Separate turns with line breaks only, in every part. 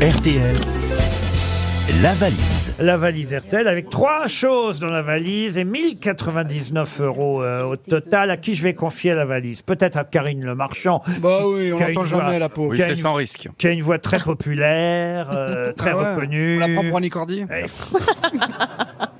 RTL, la valise.
La valise RTL avec trois choses dans la valise et 1099 euros euh, au total. À qui je vais confier la valise Peut-être à Karine Le Marchand.
Bah oui, on
qui a
l'entend
une voix-
jamais la peau.
Oui,
Qui a
c'est
une-
sans risque.
Qui a une voix très populaire, euh, très
Ah ouais,
reconnue.
On la prend pour Annie Cordy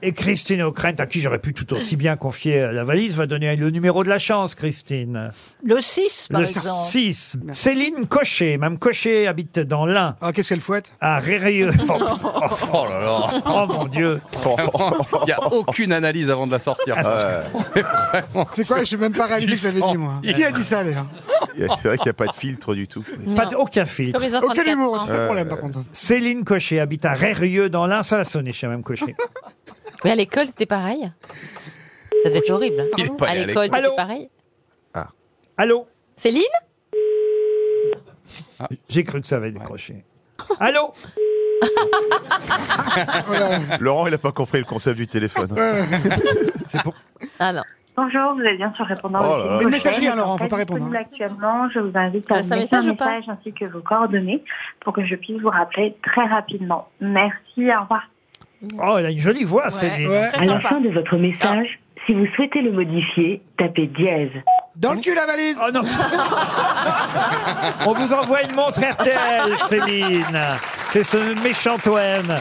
Et Christine O'Krent, à qui j'aurais pu tout aussi bien confier euh, la valise, va donner le numéro de la chance, Christine.
Le 6, par
le
exemple.
6. Céline Cochet. Mme Cochet habite dans l'Ain,
Ah, qu'est-ce qu'elle fouette
à Rérieux. Oh,
Oh là là
oh, mon Dieu.
Il n'y a aucune analyse avant de la sortir.
Ah,
Oh, C'est quoi Je n'ai même pas réalisé que j'avais dit, moi.
Puissant.
Qui a dit ça, d'ailleurs
C'est vrai qu'il n'y a pas de filtre du tout.
Pas de- aucun filtre.
Comme les enfants
Aucun
de 4
humour,
ans.
c'est ça le problème, par contre.
Céline Cochet habite à Rérieux dans l'Ain. Ça va sonner chez Mme Cochet.
Mais à l'école, c'était pareil. Ça devait être horrible.
Il est pas
à
allé à
l'école,
l'école. Allô
c'était pareil.
Allô
Céline
J'ai cru que ça avait décroché. Allô
Laurent, il n'a pas compris le concept du téléphone.
Ah non.
Bonjour, vous êtes bien sur répondant.
Oh là là.
C'est une messagerie, hein, Laurent, faut pas répondre,
Disponible actuellement, je vous invite à
Laisse
me
un
laisser un
message ou pas
message ainsi que vos coordonnées pour que je puisse vous rappeler très rapidement. Merci, au revoir.
Oh, elle a une jolie voix, Céline.
Ouais.
À la fin de votre message, si vous souhaitez le modifier, tapez dièse.
Dans le cul, la valise
Oh non On vous envoie une montre RTL, Céline. C'est ce méchant OM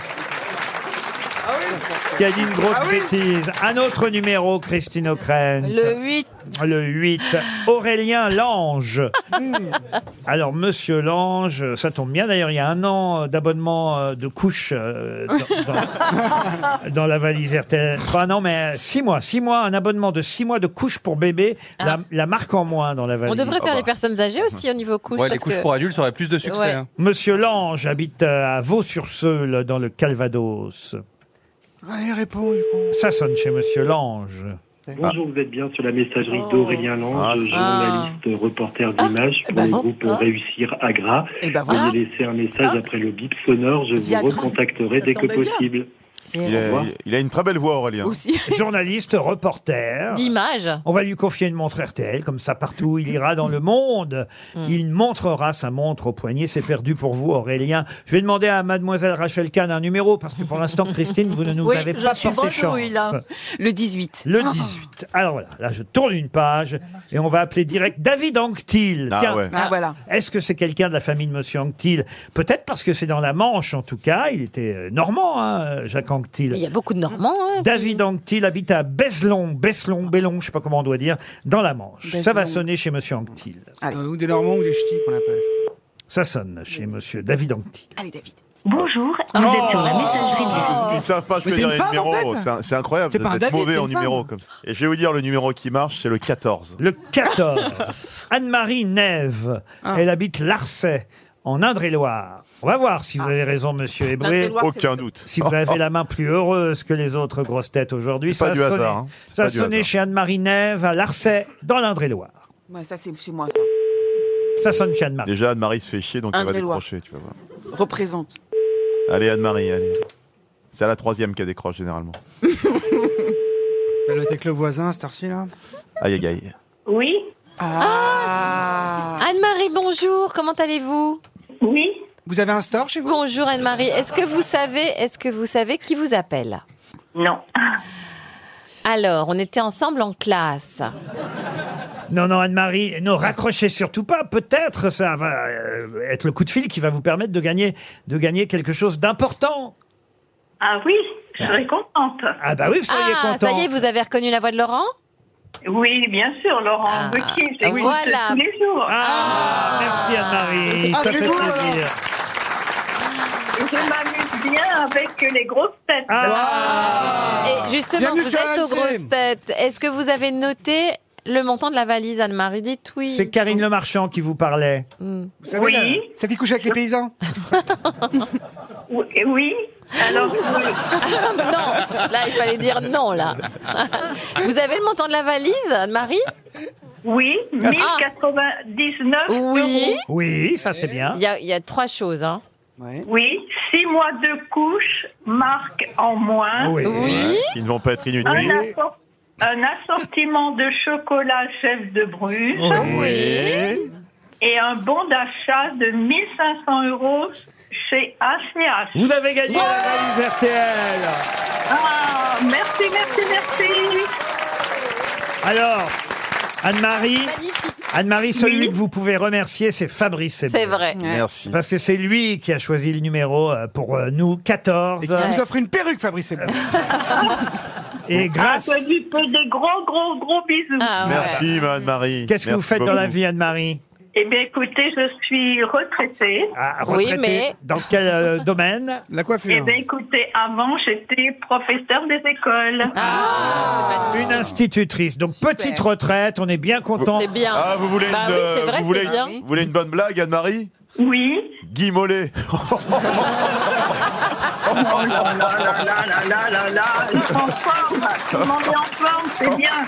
qui a dit une grosse
Ah oui
bêtise. Un autre numéro, Christine O'Krent.
Le 8.
Le 8, Aurélien Lange.
Hmm.
Alors, monsieur Lange, ça tombe bien. D'ailleurs, il y a un an euh, d'abonnement euh, de couche euh, dans, dans- dans la valise RTL. Enfin, non, mais euh, six mois, six mois, un abonnement de six mois de couche pour bébé, la, la marque en moins dans la valise.
Ah. On devrait faire les personnes âgées aussi au niveau
Ah
couche.
bah. Ouais, les
parce
couches
que...
pour adultes auraient plus de succès.
Ouais.
hein.
Monsieur Lange habite euh, à Vaux-sur-Seule, dans le Calvados.
Oh. Allez, réponds, du coup.
Ça sonne chez monsieur Lange.
Bonjour, vous êtes bien sur la messagerie
Oh.
d'Aurélien
Ah,
Lange,
c'est-
journaliste reporter d'images pour
bah
le
bon. Eh ben
groupe
Ah.
Réussir Agra. Vous Veuillez laisser un message après le bip sonore, je vous
Ah. Viagra.
recontacterai dès que
J'attendais bien.
possible.
Il
J'ai-
a, il a une très belle voix, Aurélien.
Aussi.
Journaliste,
Ah.
reporter.
D'image.
On va lui confier une montre RTL, comme ça partout où il ira dans le monde,
Mm.
il montrera sa montre au poignet. C'est perdu pour vous, Aurélien. Je vais demander à mademoiselle Rachel Kahn un numéro, parce que pour l'instant, Christine, vous ne nous
Oui,
avez
je
pas
suis
porté
bredouille,
chance.
là. Ah.
Le 18.
Le 18. Alors voilà, là je tourne une page et on va appeler direct David Anctil.
Ah
Tiens,
ouais.
Ah, voilà.
Est-ce que c'est quelqu'un de la famille de Monsieur Anctil Peut-être parce que c'est dans la Manche en tout cas. Il était euh, normand, hein, Jacques Anctil.
Il y a beaucoup de Normands. hein.
David Anctil habite à Beslon, Beslon, Bellon, je sais pas comment on doit dire, dans la Manche. Ça va
Beslon.
sonner chez Monsieur Anctil.
Euh, Ou des Normands ou des ch'tis, qu'on appelle.
Ça sonne chez Monsieur David Anctil.
Allez, David.
Bonjour, vous
Oh.
êtes sur la messagerie du
Ils savent pas
Mais c'est
choisir
une
les
femme,
numéros.
en fait.
C'est un- C'est incroyable
C'est pas un
d'être
David,
mauvais
c'est
en
une
numéro
femme.
comme ça. Et je vais vous dire le numéro qui marche, c'est le 14.
Le 14, Anne-Marie Neve. Elle habite Larçay, en Indre-et-Loire. On va voir si vous avez raison, Monsieur Hébré.
Aucun doute.
Si vous avez la main plus heureuse que les autres grosses têtes aujourd'hui,
C'est
ça
pas
a
du
sonné,
hasard, hein. C'est
ça a
pas du
sonné
hasard.
chez Anne-Marie Neve à Larçay, dans l'Indre-et-Loire.
Ouais, ça, c'est chez moi, ça.
Ça sonne chez Anne-Marie.
Déjà, Anne-Marie se fait chier, donc elle va
Indre-et-Loire.
décrocher. Tu vas voir.
Représente.
Allez, Anne-Marie, allez. C'est à la troisième qu'elle décroche généralement.
Elle doit être avec le voisin, cette heure-ci, là.
Aïe, aïe, aïe.
coup. Oui,
Ah,
Anne-Marie, bonjour. Comment allez-vous
oui.
Vous avez un store chez vous
Bonjour Anne-Marie. Est-ce que vous savez, est-ce que vous savez qui vous appelle
Non.
Alors, on était ensemble en classe.
Non, non, Anne-Marie, non, raccrochez surtout pas. Peut-être ça va euh, être le coup de fil qui va vous permettre de gagner, de gagner quelque chose d'important.
Ah oui, je serais contente.
Ah bah oui, vous seriez
ah,
content.
ça y est, vous avez reconnu la voix de Laurent
Oui, bien sûr, Laurent
Ah,
Wauquiez, je l'écoute
voilà.
tous les jours.
Ah, merci Anne-Marie.
Ah,
ça
c'est
fait
vous,
plaisir.
Je m'amuse bien avec les grosses têtes.
Ah,
Et justement,
Bienvenue
vous
sur
êtes aux
RMC.
grosses têtes. Est-ce que vous avez noté le montant de la valise, Anne-Marie Dites oui.
c'est Karine Le Marchand qui vous parlait.
Hmm.
Vous savez,
Oui.
la- celle qui couche avec les paysans
Oui, oui. alors euh,
Non, là, il fallait dire non, là. Vous avez le montant de la valise, Anne-Marie
oui,
Ah.
1099 euros.
Oui.
Oui, ça c'est bien.
Il y, a, il y a trois choses. Hein.
Ouais.
Oui, six mois de couche, marque en moins,
Ah, Oui.
Ouais, Ils ne vont pas être
un,
inutiles.
assor- un assortiment de chocolat chef de Bruges
Oui.
et un bon d'achat de 1500 euros chez HCH.
Vous avez gagné la valise RTL.
Ah, merci, merci, merci.
Alors, Anne-Marie,
Magnifique.
Anne-Marie, celui que vous pouvez remercier, c'est Fabrice.
C'est
Eboué.
vrai.
Merci.
Parce que c'est lui qui a choisi le numéro euh, pour euh, nous, 14.
Et qui vous offre une perruque, Fabrice Eboué.
Et
Ah,
grâce.
toi, tu fais des gros, gros, gros bisous.
Ah, ouais.
Merci, Anne-Marie.
Qu'est-ce que vous
Merci
faites dans la
beaucoup.
vie, Anne-Marie
Eh bien, écoutez, je suis retraitée.
Ah,
Oui,
retraitée.
mais-
Dans quel euh, domaine
La
Eh
coiffure.
bien, écoutez, avant, j'étais professeur des écoles.
Ah,
Une institutrice. Donc, petite retraite, on est bien content.
c'est bien.
Ah, vous voulez
Bah
une,
oui,
euh,
c'est vrai,
vous voulez,
c'est bien.
vous voulez une bonne blague, Anne-Marie
Oui.
Guy Mollet.
Oh là là là là là là là là. Ils sont en forme. Tout le monde est en forme, c'est bien.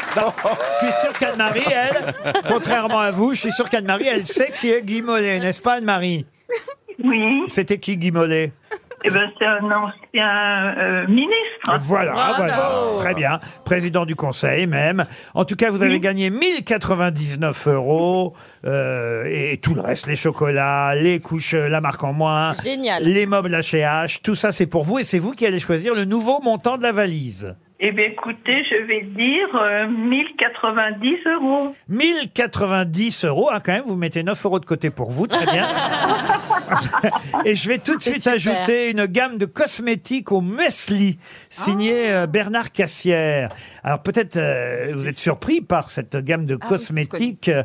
Je suis sûr qu'Anne-Marie, elle, contrairement à vous, je suis sûr qu'Anne-Marie, elle sait qui est Guy Mollet, n'est-ce pas, Anne-Marie
Oui.
C'était qui Guy Mollet
Eh ben, c'est un ancien euh, ministre.
Voilà,
Ah,
voilà.
Bravo.
Très bien. Président du conseil, même. En tout cas, vous
Mm.
avez gagné 1099 euros. euh, et tout le reste, les chocolats, les couches, euh, la marque en moins.
Génial.
Les meubles HH, tout ça c'est pour vous et c'est vous qui allez choisir le nouveau montant de la valise.
Eh bien, écoutez, je vais dire euh, 1090 euros.
1090 euros, ah, quand même, vous mettez 9 euros de côté pour vous, très bien. Et je vais tout de
C'est
suite
super.
ajouter une gamme de cosmétiques au Mesli, signé
Ah.
euh, Bernard Cassière. Alors peut-être euh, vous êtes surpris par cette gamme
Ah
de cosmétiques euh,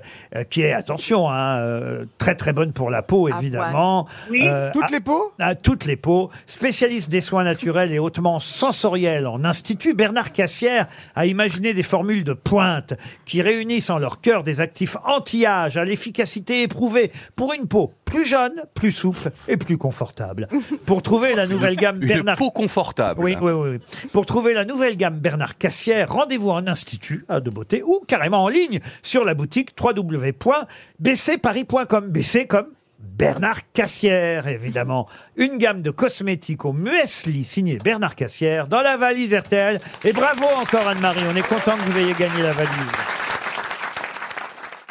qui est, attention, hein, euh, très très bonne pour la peau,
Ah,
évidemment.
Oui.
Euh,
Toutes les peaux
à toutes les peaux. Spécialiste des soins naturels et hautement sensoriels en institut, Bernard Cassière a imaginé des formules de pointe qui réunissent en leur cœur des actifs anti-âge à l'efficacité éprouvée pour une peau plus jeune, plus souple et plus confortable. Pour trouver la nouvelle gamme
Une
Bernard
peau confortable.
oui, oui, oui, oui. Pour trouver la nouvelle gamme Bernard Cassière, rendez-vous en institut hein, de beauté ou carrément en ligne sur la boutique www.bcparis.com. BC comme Bernard Cassière, évidemment. Une gamme de cosmétiques au muesli signée Bernard Cassière dans la valise RTL. Et bravo encore Anne-Marie, on est content que vous ayez gagné la valise.